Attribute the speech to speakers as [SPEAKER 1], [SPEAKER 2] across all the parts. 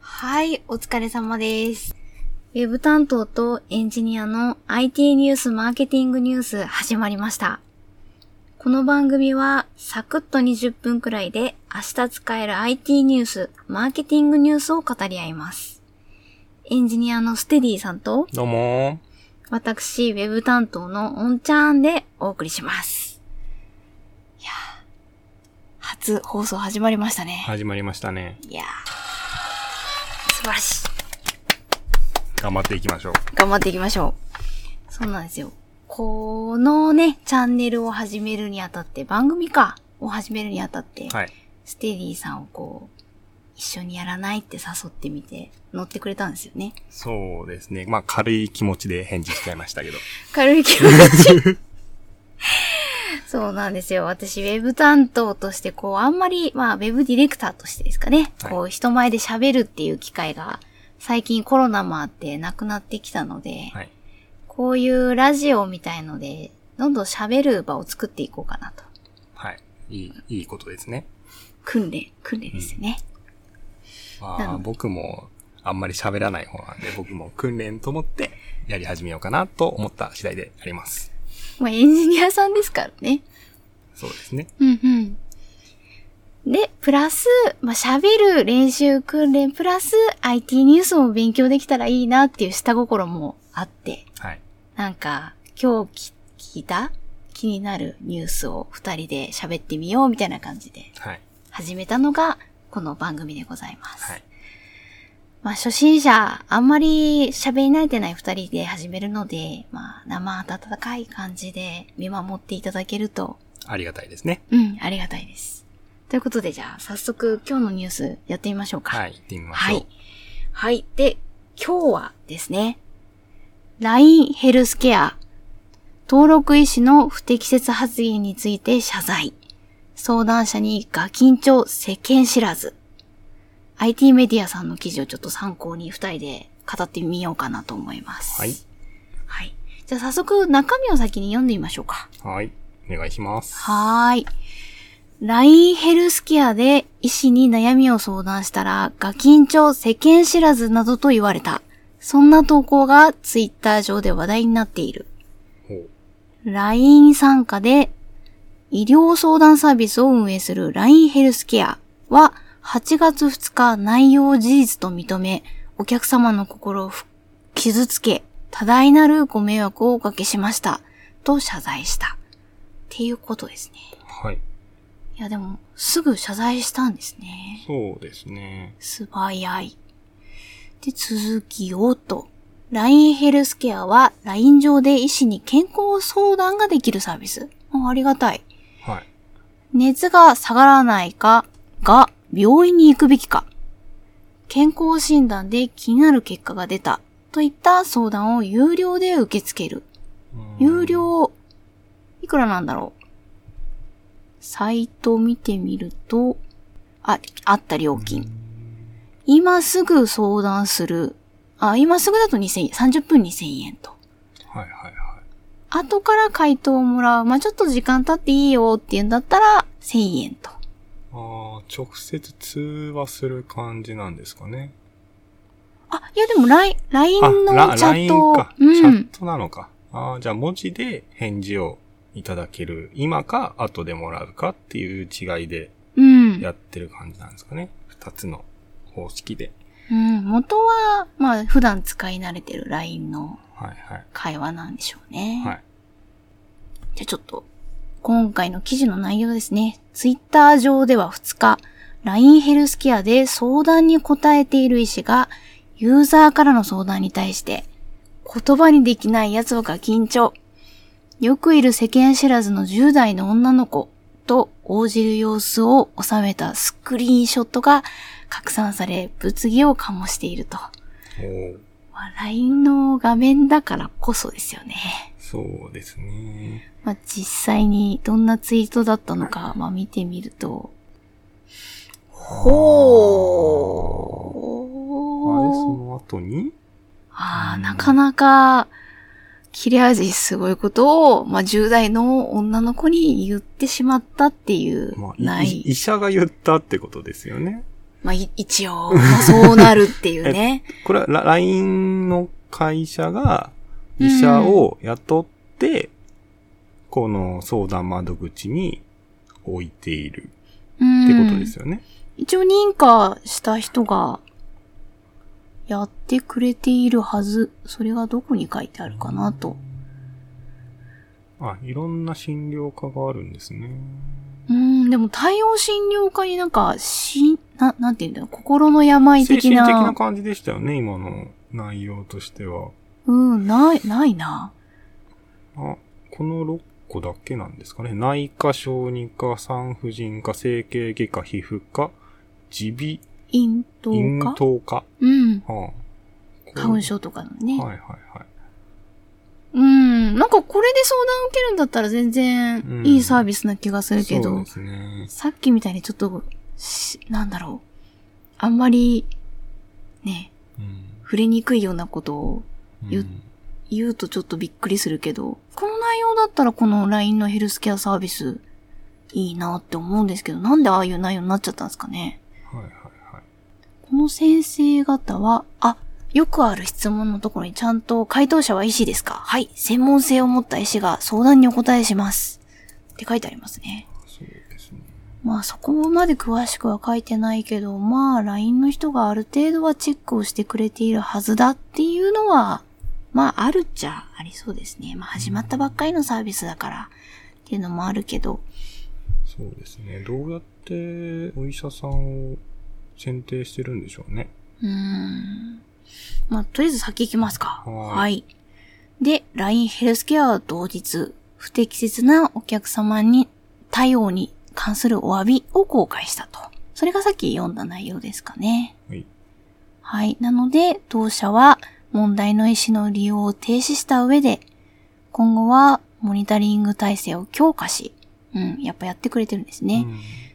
[SPEAKER 1] はい、お疲れ様です。ウェブ担当とエンジニアの IT ニュースマーケティングニュース始まりました。この番組はサクッと20分くらいで明日使える IT ニュース、マーケティングニュースを語り合います。エンジニアのステディさんと、
[SPEAKER 2] どうも
[SPEAKER 1] 私、ウェブ担当のオンチャーンでお送りします。いや初放送始まりましたね。
[SPEAKER 2] 始まりましたね。
[SPEAKER 1] いや素晴らしい。
[SPEAKER 2] 頑張っていきましょう。
[SPEAKER 1] 頑張っていきましょう。そうなんですよ。このね、チャンネルを始めるにあたって、番組か、を始めるにあたって、
[SPEAKER 2] はい、
[SPEAKER 1] ステディさんをこう、一緒にやらないって誘ってみて、乗ってくれたんですよね。
[SPEAKER 2] そうですね。まあ、軽い気持ちで返事しちゃいましたけど。
[SPEAKER 1] 軽い気持ちそうなんですよ。私、ウェブ担当として、こう、あんまり、まあ、ウェブディレクターとしてですかね、はい、こう、人前で喋るっていう機会が、最近コロナもあってなくなってきたので、
[SPEAKER 2] はい、
[SPEAKER 1] こういうラジオみたいので、どんどん喋る場を作っていこうかなと。
[SPEAKER 2] はい。いい、いいことですね。
[SPEAKER 1] 訓練、訓練ですよね。うん
[SPEAKER 2] まあ、僕もあんまり喋らない方なんで、僕も訓練と思ってやり始めようかなと思った次第であります。
[SPEAKER 1] まあ、エンジニアさんですからね。
[SPEAKER 2] そうですね。
[SPEAKER 1] うんうん。で、プラス、まあ、喋る練習訓練プラス IT ニュースも勉強できたらいいなっていう下心もあって。
[SPEAKER 2] はい。
[SPEAKER 1] なんか、今日聞いた気になるニュースを二人で喋ってみようみたいな感じで。
[SPEAKER 2] はい。
[SPEAKER 1] 始めたのが、はいこの番組でございます。
[SPEAKER 2] はい。
[SPEAKER 1] まあ、初心者、あんまり喋り慣れてない二人で始めるので、まあ、生温かい感じで見守っていただけると。
[SPEAKER 2] ありがたいですね。
[SPEAKER 1] うん、ありがたいです。ということで、じゃあ、早速、今日のニュースやってみましょうか。
[SPEAKER 2] はい、行ってみましょう。はい。
[SPEAKER 1] はい。で、今日はですね、LINE ヘルスケア、登録医師の不適切発言について謝罪。相談者にガキンチョ世間知らず。IT メディアさんの記事をちょっと参考に二人で語ってみようかなと思います。
[SPEAKER 2] はい。
[SPEAKER 1] はい。じゃあ早速中身を先に読んでみましょうか。
[SPEAKER 2] はい。お願いします。
[SPEAKER 1] はーい。LINE ヘルスケアで医師に悩みを相談したら、ガキンチョ世間知らずなどと言われた。そんな投稿がツイッター上で話題になっている。LINE 参加で医療相談サービスを運営する LINE ヘルスケアは8月2日内容事実と認め、お客様の心を傷つけ、多大なるご迷惑をおかけしました。と謝罪した。っていうことですね。
[SPEAKER 2] はい。
[SPEAKER 1] いやでも、すぐ謝罪したんですね。
[SPEAKER 2] そうですね。
[SPEAKER 1] 素早い。で、続きをと。LINE ヘルスケアは LINE 上で医師に健康相談ができるサービス。あありがたい。
[SPEAKER 2] はい。
[SPEAKER 1] 熱が下がらないかが病院に行くべきか。健康診断で気になる結果が出たといった相談を有料で受け付ける。有料、いくらなんだろう。サイトを見てみると、あ、あった料金。今すぐ相談する。あ、今すぐだと2000円、30分2000円と。
[SPEAKER 2] はいはいはい。
[SPEAKER 1] 後から回答をもらう。まあ、ちょっと時間経っていいよって言うんだったら、1000円と。あ
[SPEAKER 2] あ、直接通話する感じなんですかね。
[SPEAKER 1] あ、いやでも LINE、LINE のチャット。
[SPEAKER 2] か、うん、チャットなのか。ああ、じゃあ文字で返事をいただける。今か後でもらうかっていう違いで、やってる感じなんですかね。二、うん、つの方式で。
[SPEAKER 1] うん、元は、まあ、普段使い慣れてる LINE の
[SPEAKER 2] はいはい。
[SPEAKER 1] 会話なんでしょうね。
[SPEAKER 2] はい。
[SPEAKER 1] じゃあちょっと、今回の記事の内容ですね。ツイッター上では2日、LINE ヘルスケアで相談に答えている医師が、ユーザーからの相談に対して、言葉にできない奴はが緊張。よくいる世間知らずの10代の女の子と応じる様子を収めたスクリーンショットが拡散され、物議を醸していると。まあ、LINE の画面だからこそですよね。
[SPEAKER 2] そうですね。
[SPEAKER 1] まあ、実際にどんなツイートだったのか、まあ、見てみると。ほ
[SPEAKER 2] ー。あれ、その後に
[SPEAKER 1] ああ、なかなか、切れ味すごいことを、まあ、10代の女の子に言ってしまったっていう、
[SPEAKER 2] まあ、ない。医者が言ったってことですよね。
[SPEAKER 1] まあ、い一応、まあ、そうなるっていうね。
[SPEAKER 2] これはラ LINE の会社が医者を雇って、この相談窓口に置いている
[SPEAKER 1] うん。
[SPEAKER 2] ってことですよね。
[SPEAKER 1] 一応認可した人がやってくれているはず。それがどこに書いてあるかなと。
[SPEAKER 2] あ、いろんな診療科があるんですね。
[SPEAKER 1] うん、でも対応診療科になんか、し、な、なんていうんだろう、心の病
[SPEAKER 2] 精
[SPEAKER 1] 的
[SPEAKER 2] 神的
[SPEAKER 1] な。
[SPEAKER 2] な感じでしたよね、今の内容としては。
[SPEAKER 1] うん、ない、ないな。
[SPEAKER 2] あ、この6個だけなんですかね。内科、小児科、産婦人科、整形外科、皮膚科、耳
[SPEAKER 1] 咽頭
[SPEAKER 2] 鼻、咽
[SPEAKER 1] 科
[SPEAKER 2] 頭科。
[SPEAKER 1] うん。
[SPEAKER 2] はあ、
[SPEAKER 1] 花粉
[SPEAKER 2] こ
[SPEAKER 1] 症とかのね。
[SPEAKER 2] うはいはいはい。
[SPEAKER 1] うん。なんかこれで相談受けるんだったら全然いいサービスな気がするけど、
[SPEAKER 2] そうですね。
[SPEAKER 1] さっきみたいにちょっと、しなんだろう。あんまり、ね、
[SPEAKER 2] うん
[SPEAKER 1] 触れにくいようなことを言っ
[SPEAKER 2] うん
[SPEAKER 1] 言うとちょっとびっくりするけど、この内容だったらこの LINE のヘルスケアサービスいいなって思うんですけど、なんでああいう内容になっちゃったんですかね。
[SPEAKER 2] はいはいはい。
[SPEAKER 1] この先生方は、あ、よくある質問のところにちゃんと回答者は医師ですかはい、専門性を持った医師が相談にお答えします。って書いてありますね。
[SPEAKER 2] そうですね。
[SPEAKER 1] まあそこまで詳しくは書いてないけど、まあ LINE の人がある程度はチェックをしてくれているはずだっていうのは、まああるっちゃありそうですね。まあ始まったばっかりのサービスだからっていうのもあるけど。
[SPEAKER 2] そうですね。どうやってお医者さんを選定してるんでしょうね。
[SPEAKER 1] うーん。まあとりあえず先行きますか。
[SPEAKER 2] は
[SPEAKER 1] はいい。で、LINE ヘルスケアは同日、不適切なお客様に対応に関するお詫びを公開したと。それがさっき読んだ内容ですかね。
[SPEAKER 2] はい。
[SPEAKER 1] はい。なので、当社は問題の医師の利用を停止した上で、今後はモニタリング体制を強化し、うん、やっぱやってくれてるんですね。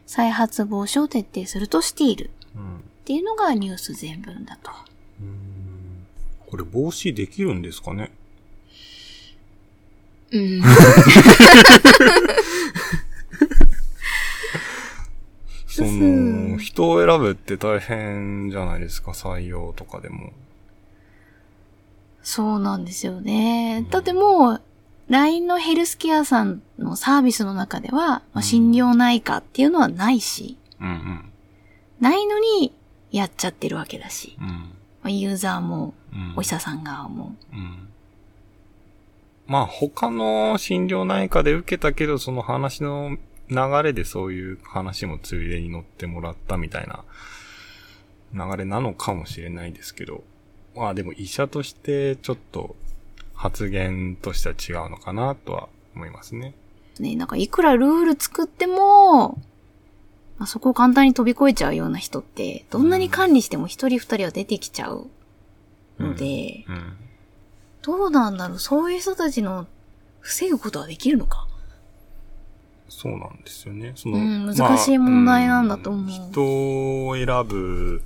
[SPEAKER 1] 再発防止を徹底するとしている
[SPEAKER 2] うん。うん。
[SPEAKER 1] っていうのがニュース全文だと。
[SPEAKER 2] うん。これ防止できるんですかね
[SPEAKER 1] うん。
[SPEAKER 2] そ
[SPEAKER 1] うん
[SPEAKER 2] の、人を選ぶって大変じゃないですか、採用とかでも。
[SPEAKER 1] そうなんですよね。だってもう、LINE のヘルスケアさんのサービスの中では、まあ診療内科っていうのはないし、
[SPEAKER 2] うん
[SPEAKER 1] ないのにやっちゃってるわけだし、
[SPEAKER 2] うん。うん。
[SPEAKER 1] まあユーザーも
[SPEAKER 2] うん
[SPEAKER 1] お医者さん側も。
[SPEAKER 2] うん。まあ他の診療内科で受けたけど、その話の流れでそういう話もついでに乗ってもらったみたいな流れなのかもしれないですけど。まあでも医者としてちょっと発言としては違うのかなとは思いますね。
[SPEAKER 1] ね、なんかいくらルール作っても、まあ、そこを簡単に飛び越えちゃうような人って、どんなに管理しても一人二人は出てきちゃうので、
[SPEAKER 2] うん。うん。
[SPEAKER 1] どうなんだろうそういう人たちの防ぐことはできるのか
[SPEAKER 2] そうなんですよね。そ
[SPEAKER 1] うん難しい問題なんだと思う
[SPEAKER 2] 人を選ぶ、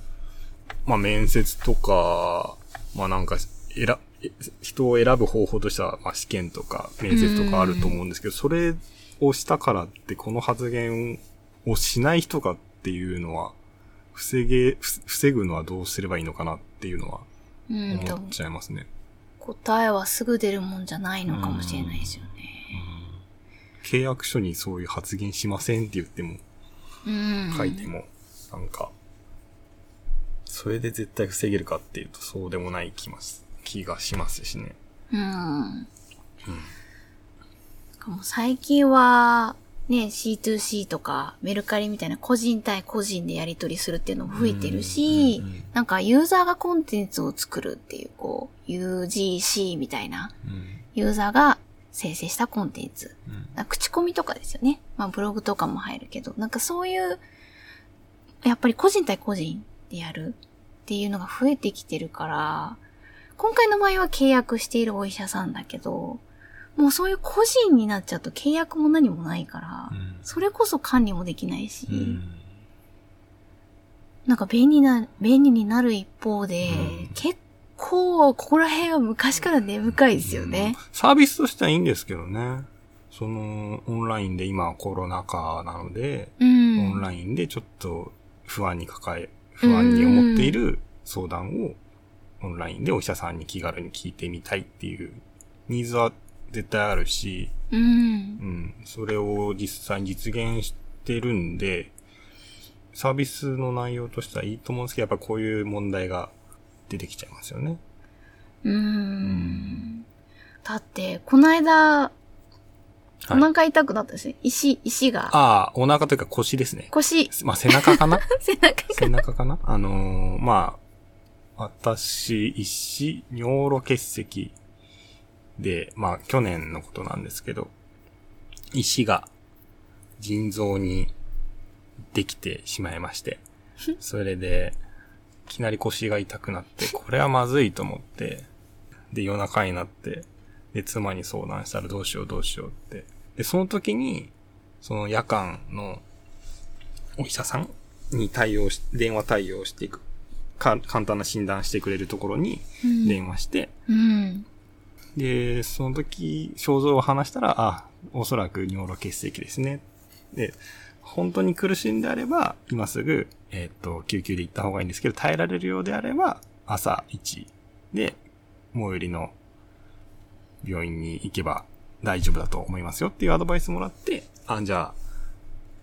[SPEAKER 2] まあ面接とか、まあなんか、選、え人を選ぶ方法としては、まあ試験とか面接とかあると思うんですけど、それをしたからってこの発言をしない人かっていうのは、防げ、ふ防ぐのはどうすればいいのかなっていうのは
[SPEAKER 1] う
[SPEAKER 2] 思っ
[SPEAKER 1] ん。
[SPEAKER 2] ちゃいますね。
[SPEAKER 1] 答えはすぐ出るもんじゃないのかもしれないですよね。
[SPEAKER 2] 契約書にそういう発言しませんって言っても、
[SPEAKER 1] うん。
[SPEAKER 2] 書いても、なんか、それで絶対防げるかっていうとそうでもない気ます、気がしますしね。
[SPEAKER 1] うん。もう最近は、ね、C2C とかメルカリみたいな個人対個人でやり取りするっていうのも増えてるし
[SPEAKER 2] うんうんうん、
[SPEAKER 1] なんかユーザーがコンテンツを作るっていう、こう、UGC みたいな、
[SPEAKER 2] うん。
[SPEAKER 1] ユーザーが生成したコンテンツ。
[SPEAKER 2] うん。
[SPEAKER 1] なんか口コミとかですよね。まあブログとかも入るけど、なんかそういう、やっぱり個人対個人でやるっていうのが増えてきてるから、今回の場合は契約しているお医者さんだけど、もうそういう個人になっちゃうと契約も何もないから、それこそ管理もできないし、
[SPEAKER 2] うん
[SPEAKER 1] なんか便利な、便利になる一方で、
[SPEAKER 2] うん
[SPEAKER 1] 結構ここら辺は昔から根深いですよね。
[SPEAKER 2] サービスとしてはいいんですけどね。その、オンラインで今はコロナ禍なので、
[SPEAKER 1] うん。
[SPEAKER 2] オンラインでちょっと不安に抱え、不安に思っている相談をオンラインでお医者さんに気軽に聞いてみたいっていうニーズは絶対あるし、
[SPEAKER 1] うん
[SPEAKER 2] う。ん、それを実際に実現してるんで、サービスの内容としてはいいと思うんですけど、やっぱこういう問題が出てきちゃいますよね。
[SPEAKER 1] うん。だって、この間、お
[SPEAKER 2] はい、
[SPEAKER 1] 腹痛くなったんですね。石、石が。
[SPEAKER 2] ああ、お腹というか腰ですね。
[SPEAKER 1] 腰、
[SPEAKER 2] まあ背中かな
[SPEAKER 1] 背中
[SPEAKER 2] 背中かなあのーまあ、私、一子尿路結石で、まあ、去年のことなんですけど、石が腎臓にできてしまいまして、それで、いきなり腰が痛くなって、これはまずいと思って、で、夜中になって、で、妻に相談したらどうしようどうしようって。で、その時に、その夜間のお医者さんに対応し、電話対応していく。か、簡単な診断してくれるところに
[SPEAKER 1] うん
[SPEAKER 2] 電話して、
[SPEAKER 1] うん。
[SPEAKER 2] で、その時、症状を話したら、あ、おそらく尿路結石ですね。で、本当に苦しんであれば、今すぐ、えーっと、救急で行った方がいいんですけど、耐えられるようであれば、朝1で、最寄りの病院に行けば大丈夫だと思いますよっていうアドバイスもらって、あ、じゃあ、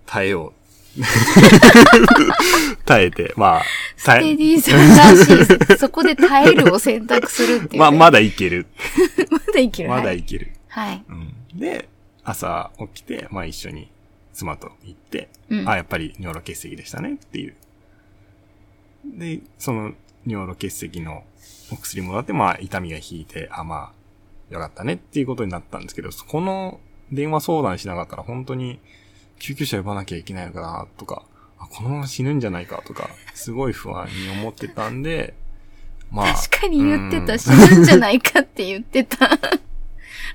[SPEAKER 2] 耐えよ う。耐えて、まあ、
[SPEAKER 1] ス
[SPEAKER 2] 耐
[SPEAKER 1] テ
[SPEAKER 2] え
[SPEAKER 1] デ、ィさんらしい。そこで耐えるを選択するっていう、
[SPEAKER 2] まあ、ま
[SPEAKER 1] だ。
[SPEAKER 2] だいける。
[SPEAKER 1] まだ生きる。
[SPEAKER 2] まだ
[SPEAKER 1] はい。
[SPEAKER 2] いける。
[SPEAKER 1] はい。
[SPEAKER 2] うんで、朝起きて、まあ一緒に妻と行って、
[SPEAKER 1] うん
[SPEAKER 2] あ、やっぱり尿路結石でしたねっていう。で、その尿路結石のお薬もらって、まあ痛みが引いて、あ、まあ、よかったねっていうことになったんですけど、この電話相談しなかったら本当に救急車呼ばなきゃいけないのかなとか、あこのまま死ぬんじゃないかとか、すごい不安に思ってたんで、まあ、
[SPEAKER 1] 確かに言ってた。死ぬんじゃないかって言ってた。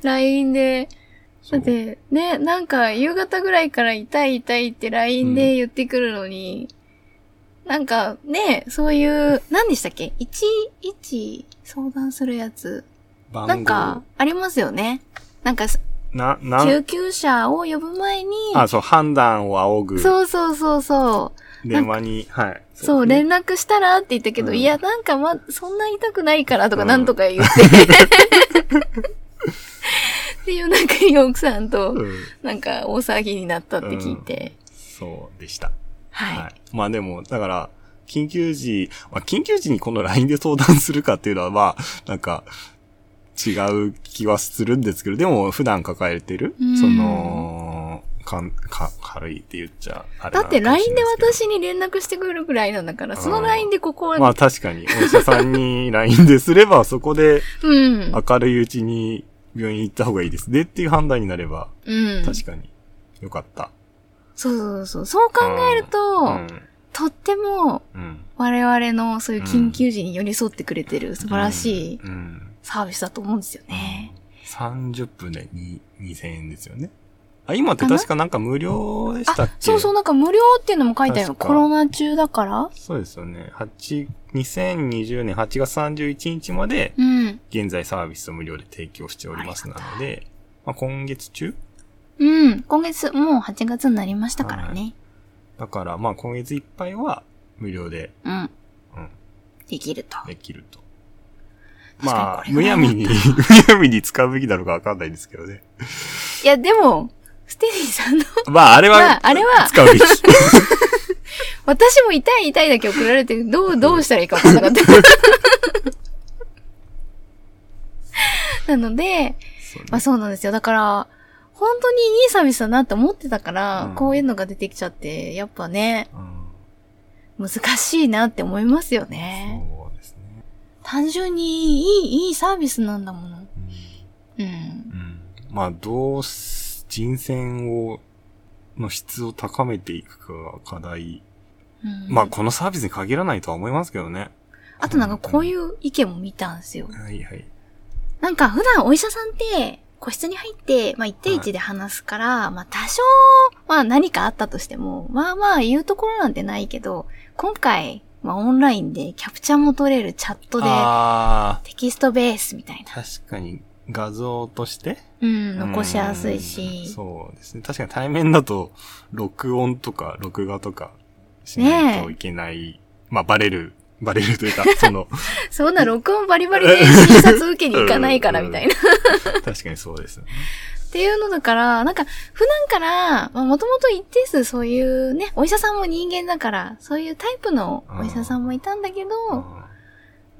[SPEAKER 1] LINE で。
[SPEAKER 2] そ
[SPEAKER 1] だ
[SPEAKER 2] う
[SPEAKER 1] って、ね、なんか夕方ぐらいから痛い痛いって LINE で言ってくるのに、なんかね、そういう、何でしたっけ ?11 相談するやつ。
[SPEAKER 2] 番号
[SPEAKER 1] なんか、ありますよね。なんか、
[SPEAKER 2] な、なん、
[SPEAKER 1] 救急車を呼ぶ前に、
[SPEAKER 2] あ、そう、判断を仰ぐ。
[SPEAKER 1] そうそうそうそう。
[SPEAKER 2] 電話に、はい。
[SPEAKER 1] そう、
[SPEAKER 2] で
[SPEAKER 1] 連
[SPEAKER 2] す
[SPEAKER 1] 絡したらって言ったけど、
[SPEAKER 2] うん
[SPEAKER 1] いや、なんかま、そんな痛くないからとか、
[SPEAKER 2] うん
[SPEAKER 1] なんとか言って。 っていう、なんか、奥さんと、
[SPEAKER 2] ねうん
[SPEAKER 1] なんか、大騒ぎになったって聞いて。
[SPEAKER 2] そうでした。
[SPEAKER 1] は。
[SPEAKER 2] はいい。まあでも、だから、緊急時、まあ、緊急時にこの LINE で相談するかっていうのは、まあ、なんか、違う気はするんですけど、でも、普段抱えてる、
[SPEAKER 1] うん
[SPEAKER 2] その、かん、か、軽いって言っちゃ、あれ
[SPEAKER 1] だ
[SPEAKER 2] な
[SPEAKER 1] って、
[SPEAKER 2] のかもし
[SPEAKER 1] LINE
[SPEAKER 2] れ
[SPEAKER 1] で
[SPEAKER 2] ないすけ
[SPEAKER 1] 私に連絡してくるぐらいなんだから、その LINE でここは、
[SPEAKER 2] どまあ確かに、お医者さんに LINE ですれば、そこで
[SPEAKER 1] うん。
[SPEAKER 2] 明るいうちに病院行った方がいいですねっていう判断になれば、
[SPEAKER 1] うん。
[SPEAKER 2] 確かに、よかった。
[SPEAKER 1] そうそうそう。そう考えると、
[SPEAKER 2] うん。
[SPEAKER 1] とっても、
[SPEAKER 2] うん。
[SPEAKER 1] 我々のそういう緊急時に寄り添ってくれてる素晴らしい
[SPEAKER 2] うん。うん
[SPEAKER 1] サービスだと思うんですよね。
[SPEAKER 2] 30分で2 2000円ですよね。あ、今って確かなんか無料でしたっけ
[SPEAKER 1] そうそう、
[SPEAKER 2] う。
[SPEAKER 1] なんか無料っていうのも書いてあるよ。
[SPEAKER 2] 確か
[SPEAKER 1] コロナ中だから
[SPEAKER 2] そうですよね。8、2020年8月31日まで
[SPEAKER 1] うん。
[SPEAKER 2] 現在サービスを無料で提供しておりますなので、まあ、今月中
[SPEAKER 1] うん。今月、もう8月になりましたからね。
[SPEAKER 2] だからまあ今月いっぱいは無料で、
[SPEAKER 1] うん。
[SPEAKER 2] うん、
[SPEAKER 1] できると。
[SPEAKER 2] できると。
[SPEAKER 1] 確
[SPEAKER 2] まあ
[SPEAKER 1] か、にこ
[SPEAKER 2] む
[SPEAKER 1] れ
[SPEAKER 2] や
[SPEAKER 1] は
[SPEAKER 2] みに、 むやみに使うべきなのかわかんないですけどね。
[SPEAKER 1] いや、でも、ステディさんの、
[SPEAKER 2] まあ、あれ
[SPEAKER 1] まあ
[SPEAKER 2] は、
[SPEAKER 1] あれは
[SPEAKER 2] 使うべき。
[SPEAKER 1] 私も痛い痛いだけ送られて、どう、どうしたらいいか分からなかった。なので、
[SPEAKER 2] そうね
[SPEAKER 1] まあそうなんですよ。だから、本当にいいサービスだなって思ってたから、
[SPEAKER 2] うん
[SPEAKER 1] こういうのが出てきちゃって、やっぱね、
[SPEAKER 2] うん
[SPEAKER 1] 難しいなって思いますよね。
[SPEAKER 2] そうですね。
[SPEAKER 1] 単純にいい、いいサービスなんだもの。
[SPEAKER 2] う
[SPEAKER 1] う
[SPEAKER 2] ん
[SPEAKER 1] ん。
[SPEAKER 2] うんまあ、どうす人選を、の質を高めていくかが課題。
[SPEAKER 1] うん
[SPEAKER 2] まあ、このサービスに限らないとは思いますけどね。
[SPEAKER 1] あとなんかこういう意見も見たんですよ。
[SPEAKER 2] はいはい。
[SPEAKER 1] なんか普段お医者さんって、個室に入って、まあ一対一で話すから、まあ多少、まあ何かあったとしても、まあまあ言うところなんてないけど、今回、まあオンラインでキャプチャーも取れるチャットで、
[SPEAKER 2] ああ、
[SPEAKER 1] テキストベースみたいな。
[SPEAKER 2] 確かに画像として
[SPEAKER 1] うん、残しやすいし
[SPEAKER 2] うん。そうですね。確かに対面だと、録音とか録画とかし
[SPEAKER 1] ねえ
[SPEAKER 2] ないといけないまあ、バレる、バレるというか、その、
[SPEAKER 1] そんな録音バリバリで診察受けに行かないからみたいな。
[SPEAKER 2] 確かにそうですよね。
[SPEAKER 1] っていうのだから、なんか、普段から、まあ、もともと一定数そういうね、お医者さんも人間だから、そういうタイプのお医者さんもいたんだけど、
[SPEAKER 2] うん
[SPEAKER 1] ま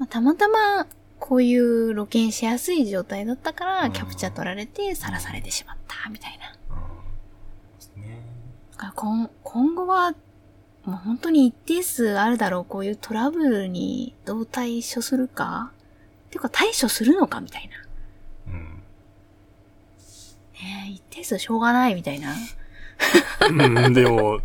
[SPEAKER 1] あ、たまたま、こういう露見しやすい状態だったか
[SPEAKER 2] う
[SPEAKER 1] ら、
[SPEAKER 2] ん
[SPEAKER 1] キャプチャー取られて、さらされてしまった、みたいな。
[SPEAKER 2] ですね。
[SPEAKER 1] だから今、今後は、もう本当に一定数あるだろう、こういうトラブルにどう対処するかっていうか対処するのかみたいな。
[SPEAKER 2] うん
[SPEAKER 1] ねえ一定数しょうがないみたいな。
[SPEAKER 2] うん、でも、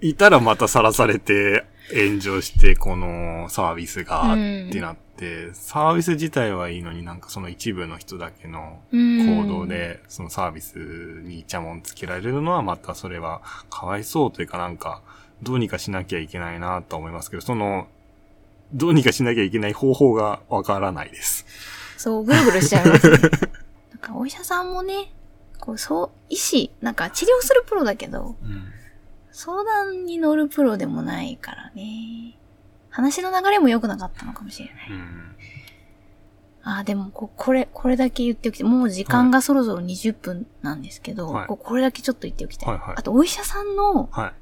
[SPEAKER 2] いたらまたさらされて、炎上して、このサービスが、
[SPEAKER 1] うん
[SPEAKER 2] ってなって、サービス自体はいいのになんかその一部の人だけの
[SPEAKER 1] 行
[SPEAKER 2] 行動。で、そのサービスにイチャモンつけられるのはまたそれはかわいそうというかなんか、どうにかしなきゃいけないなとは思いますけど、その、どうにかしなきゃいけない方法がわからないです。
[SPEAKER 1] そう、ぐるぐるしちゃいます、 ね。なんかお医者さんもね、こう、そう、医師、なんか治療するプロだけど、相談に乗るプロでもないからね。話の流れも良くなかったのかもしれない。
[SPEAKER 2] うん
[SPEAKER 1] あー、でもこ、これ、これだけ言っておきたい。もう時間がそろそろ20分なんですけど、
[SPEAKER 2] はい
[SPEAKER 1] ここれだけちょっと言っておきたい。
[SPEAKER 2] はいはい
[SPEAKER 1] あと、お医者さんの
[SPEAKER 2] はい。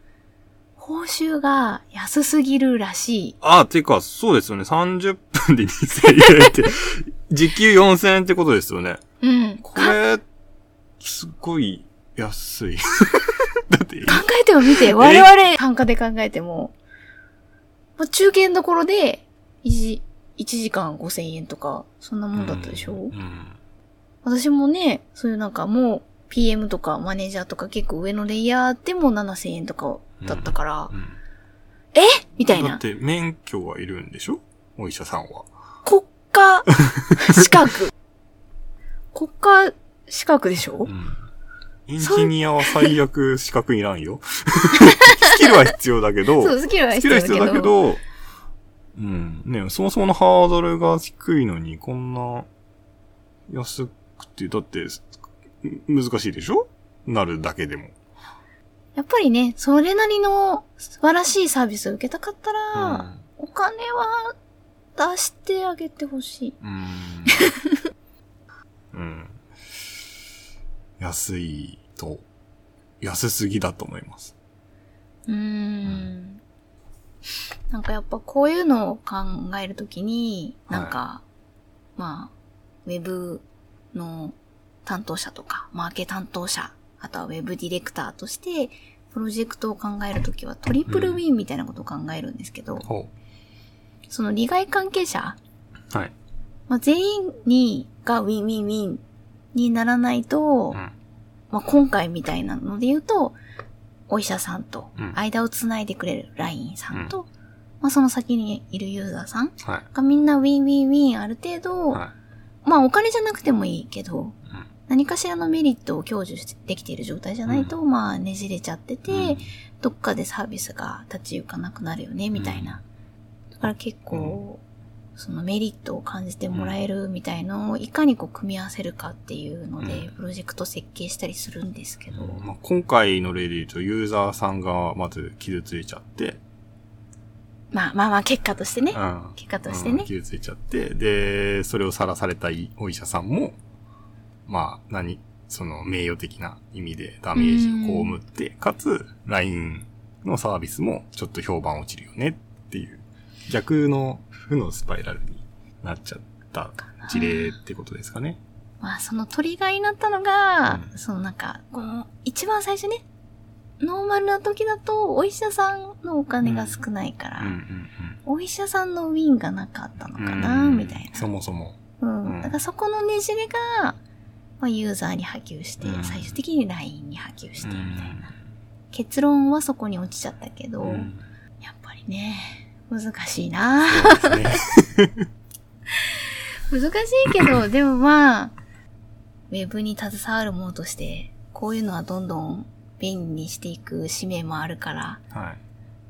[SPEAKER 1] 報酬が安すぎるらしい。
[SPEAKER 2] あ、てか、そうですよね。30分で2000円って、 時給4000円ってことですよね。
[SPEAKER 1] うん。
[SPEAKER 2] こ
[SPEAKER 1] か
[SPEAKER 2] れ、すごい安い。 だって、
[SPEAKER 1] 考えても見て、我々、単価で考えても、まあ、中堅どころで、1時、1時間5000円とか、そんなもんだったでしょ、
[SPEAKER 2] うんうん
[SPEAKER 1] 私もね、そういうなんかもう、PM とかマネージャーとか結構上のレイヤーでも7000円とかだったから、
[SPEAKER 2] うん
[SPEAKER 1] みたい
[SPEAKER 2] だっ
[SPEAKER 1] な。
[SPEAKER 2] て免許はいるんでしょお医者さんは。
[SPEAKER 1] 国家資格。 国家資格でしょ
[SPEAKER 2] エンジニアは最悪資格いらんよ。 スキルは必要だ けど、
[SPEAKER 1] そう、スキルは
[SPEAKER 2] ス
[SPEAKER 1] 必
[SPEAKER 2] キ
[SPEAKER 1] 要
[SPEAKER 2] ルは
[SPEAKER 1] だけ
[SPEAKER 2] 必
[SPEAKER 1] ど。
[SPEAKER 2] 要だけど、うん。ねそもそものハードルが低いのに、こんな安くて、だって、難しいでしょなるだけでも。
[SPEAKER 1] やっぱりね、それなりの素晴らしいサービスを受けたかった
[SPEAKER 2] う
[SPEAKER 1] ら、
[SPEAKER 2] ん
[SPEAKER 1] お金は出してあげてほしい。
[SPEAKER 2] うーんうん。安いと、安すぎだと思います。
[SPEAKER 1] うーん。なんかやっぱこういうのを考えるときに、
[SPEAKER 2] はい
[SPEAKER 1] なんか、まあ、ウェブの担当者とか、マーケ担当者、あとはウェブディレクターとして、プロジェクトを考えるときはトリプルウィンみたいなことを考えるんですけど、
[SPEAKER 2] ほ
[SPEAKER 1] その利害関係者、
[SPEAKER 2] う。はい。
[SPEAKER 1] まあ、全員にがウィンウィンウィンにならないと、
[SPEAKER 2] うん
[SPEAKER 1] まあ、今回みたいなので言うと、お医者さんと
[SPEAKER 2] う、ん
[SPEAKER 1] 間をつないでくれる LINE さんと、まあ、その先にいるユーザーさん
[SPEAKER 2] はい。
[SPEAKER 1] がみんなウィンウィンウィンある程度、
[SPEAKER 2] は
[SPEAKER 1] まあ、お金じゃなくてもいいけど、
[SPEAKER 2] い。うん
[SPEAKER 1] 何かしらのメリットを享受できている状態じゃないと、まあ、ねじれちゃってて、
[SPEAKER 2] うん
[SPEAKER 1] どっかでサービスが立ち行かなくなるよね、みたいな。だから結構、そのメリットを感じてもらえるみたいのをいかにこう組み合わせるかっていうので、
[SPEAKER 2] う
[SPEAKER 1] プロジェクト設計したりするんですけど。
[SPEAKER 2] まあ、今回の例で言うと、ユーザーさんがまず傷ついちゃって、
[SPEAKER 1] まあまあまあ、結果としてね
[SPEAKER 2] う。ん。
[SPEAKER 1] 結果としてね
[SPEAKER 2] うん。傷ついちゃって、で、それをさらされたいお医者さんも、まあ、何、その名誉的な意味でダメージを被って、かつ、LINE のサービスもちょっと評判落ちるよねっていう、逆の負のスパイラルになっちゃった事例ってことですかね。
[SPEAKER 1] まあ、そのトリガーになったのが、
[SPEAKER 2] うん
[SPEAKER 1] そのなんか、この、一番最初ね、ノーマルな時だと、お医者さんのお金が少ないか
[SPEAKER 2] う
[SPEAKER 1] ら、
[SPEAKER 2] んうん
[SPEAKER 1] お医者さんのウィンがなかったの
[SPEAKER 2] うん。
[SPEAKER 1] かな、
[SPEAKER 2] うん
[SPEAKER 1] みたい
[SPEAKER 2] そもそも。
[SPEAKER 1] な。うん。
[SPEAKER 2] うん
[SPEAKER 1] だからそこのねじれが、まあ、ユーザーに波及して、
[SPEAKER 2] うん
[SPEAKER 1] 最終的に LINE に波及して、みたいな。
[SPEAKER 2] うん
[SPEAKER 1] 結論はそこに落ちちゃったけど、
[SPEAKER 2] うん
[SPEAKER 1] やっぱりね、難しいな。
[SPEAKER 2] そうですね
[SPEAKER 1] 難しいけど、 でもまあ、ウェブに携わるものとして、こういうのはどんどん便利にしていく使命もあるから、
[SPEAKER 2] はい。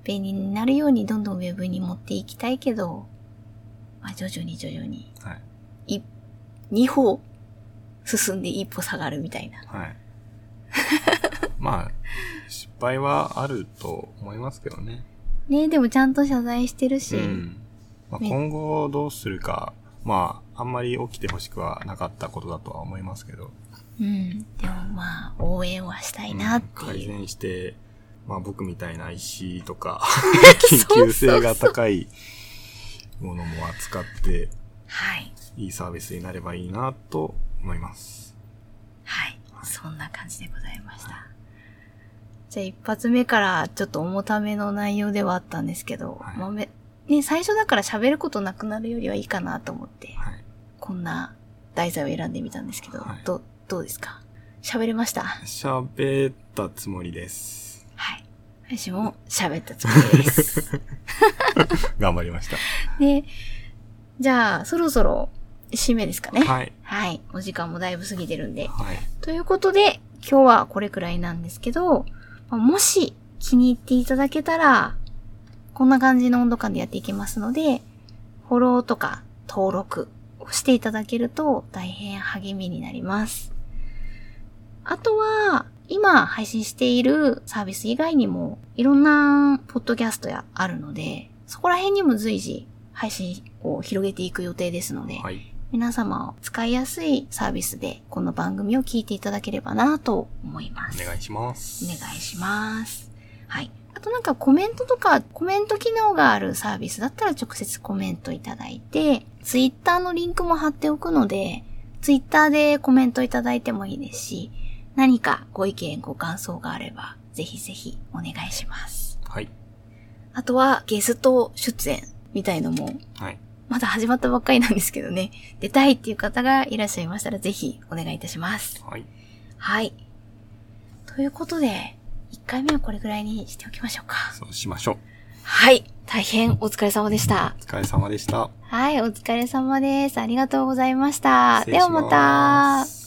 [SPEAKER 1] 便利になるようにどんどんウェブに持っていきたいけど、まあ徐々に徐々に、
[SPEAKER 2] はい。
[SPEAKER 1] い、二歩進んで一歩下がるみたいな。
[SPEAKER 2] はい。 まあ、失敗はあると思いますけどね。
[SPEAKER 1] ね、でもちゃんと謝罪してるし。
[SPEAKER 2] うんまあ、
[SPEAKER 1] ね
[SPEAKER 2] 今後どうするか、まあ、あんまり起きてほしくはなかったことだとは思いますけど、
[SPEAKER 1] うん。でもまあ、応援はしたいなって
[SPEAKER 2] 改
[SPEAKER 1] いう。
[SPEAKER 2] 善して、まあ僕みたいな石とか、
[SPEAKER 1] そう
[SPEAKER 2] 緊急性が高いものも扱って、
[SPEAKER 1] はい。
[SPEAKER 2] いいサービスになればいいなと思います。
[SPEAKER 1] はい。
[SPEAKER 2] はい
[SPEAKER 1] そんな感じでございました。じゃあ一発目からちょっと重ための内容ではあったんですけど、
[SPEAKER 2] はい
[SPEAKER 1] まあめね、最初だから喋ることなくなるよりはいいかなと思って、
[SPEAKER 2] はい。
[SPEAKER 1] こんな題材を選んでみたんですけど、
[SPEAKER 2] はい
[SPEAKER 1] どどうですか喋れました
[SPEAKER 2] 喋ったつもりです。
[SPEAKER 1] はい。私も喋ったつもりです。
[SPEAKER 2] 頑張りまし
[SPEAKER 1] で、じゃあそろそろ締めですかね。
[SPEAKER 2] た。
[SPEAKER 1] はい。
[SPEAKER 2] はい。
[SPEAKER 1] お時間もだいぶ過ぎてるんで、
[SPEAKER 2] はい。
[SPEAKER 1] ということで、今日はこれくらいなんですけど、まあもし気に入っていただけたら、こんな感じの温度感でやっていけますので、フォローとか登録をしていただけると大変励みになります。あとは、今配信しているサービス以外にも、いろんなポッドキャストやあるので、そこら辺にも随時配信を広げていく予定ですので、
[SPEAKER 2] はい。
[SPEAKER 1] 皆様を使いやすいサービスでこの番組を聞いていただければなと思います。
[SPEAKER 2] お願いします。
[SPEAKER 1] お願いします。はい。あとなんかコメントとか、コメント機能があるサービスだったら直接コメントいただいて、ツイッターのリンクも貼っておくので、ツイッターでコメントいただいてもいいですし、何かご意見、ご感想があれば、ぜひぜひお願いします。
[SPEAKER 2] はい。
[SPEAKER 1] あとはゲスト出演みたいのも
[SPEAKER 2] はい。
[SPEAKER 1] まだ始まったばっかりなんですけどね、 出たいっていう方がいらっしゃいましたらぜひお願いいたします。
[SPEAKER 2] はい。
[SPEAKER 1] はい。ということで、1回目はこれぐらいにしておきましょうか。
[SPEAKER 2] そうしましょう。
[SPEAKER 1] はい。大変お疲れ様でした。
[SPEAKER 2] お疲れ様でした。
[SPEAKER 1] はい、お疲れ様です。ありがとうございました。
[SPEAKER 2] 失礼
[SPEAKER 1] では
[SPEAKER 2] し
[SPEAKER 1] また。
[SPEAKER 2] す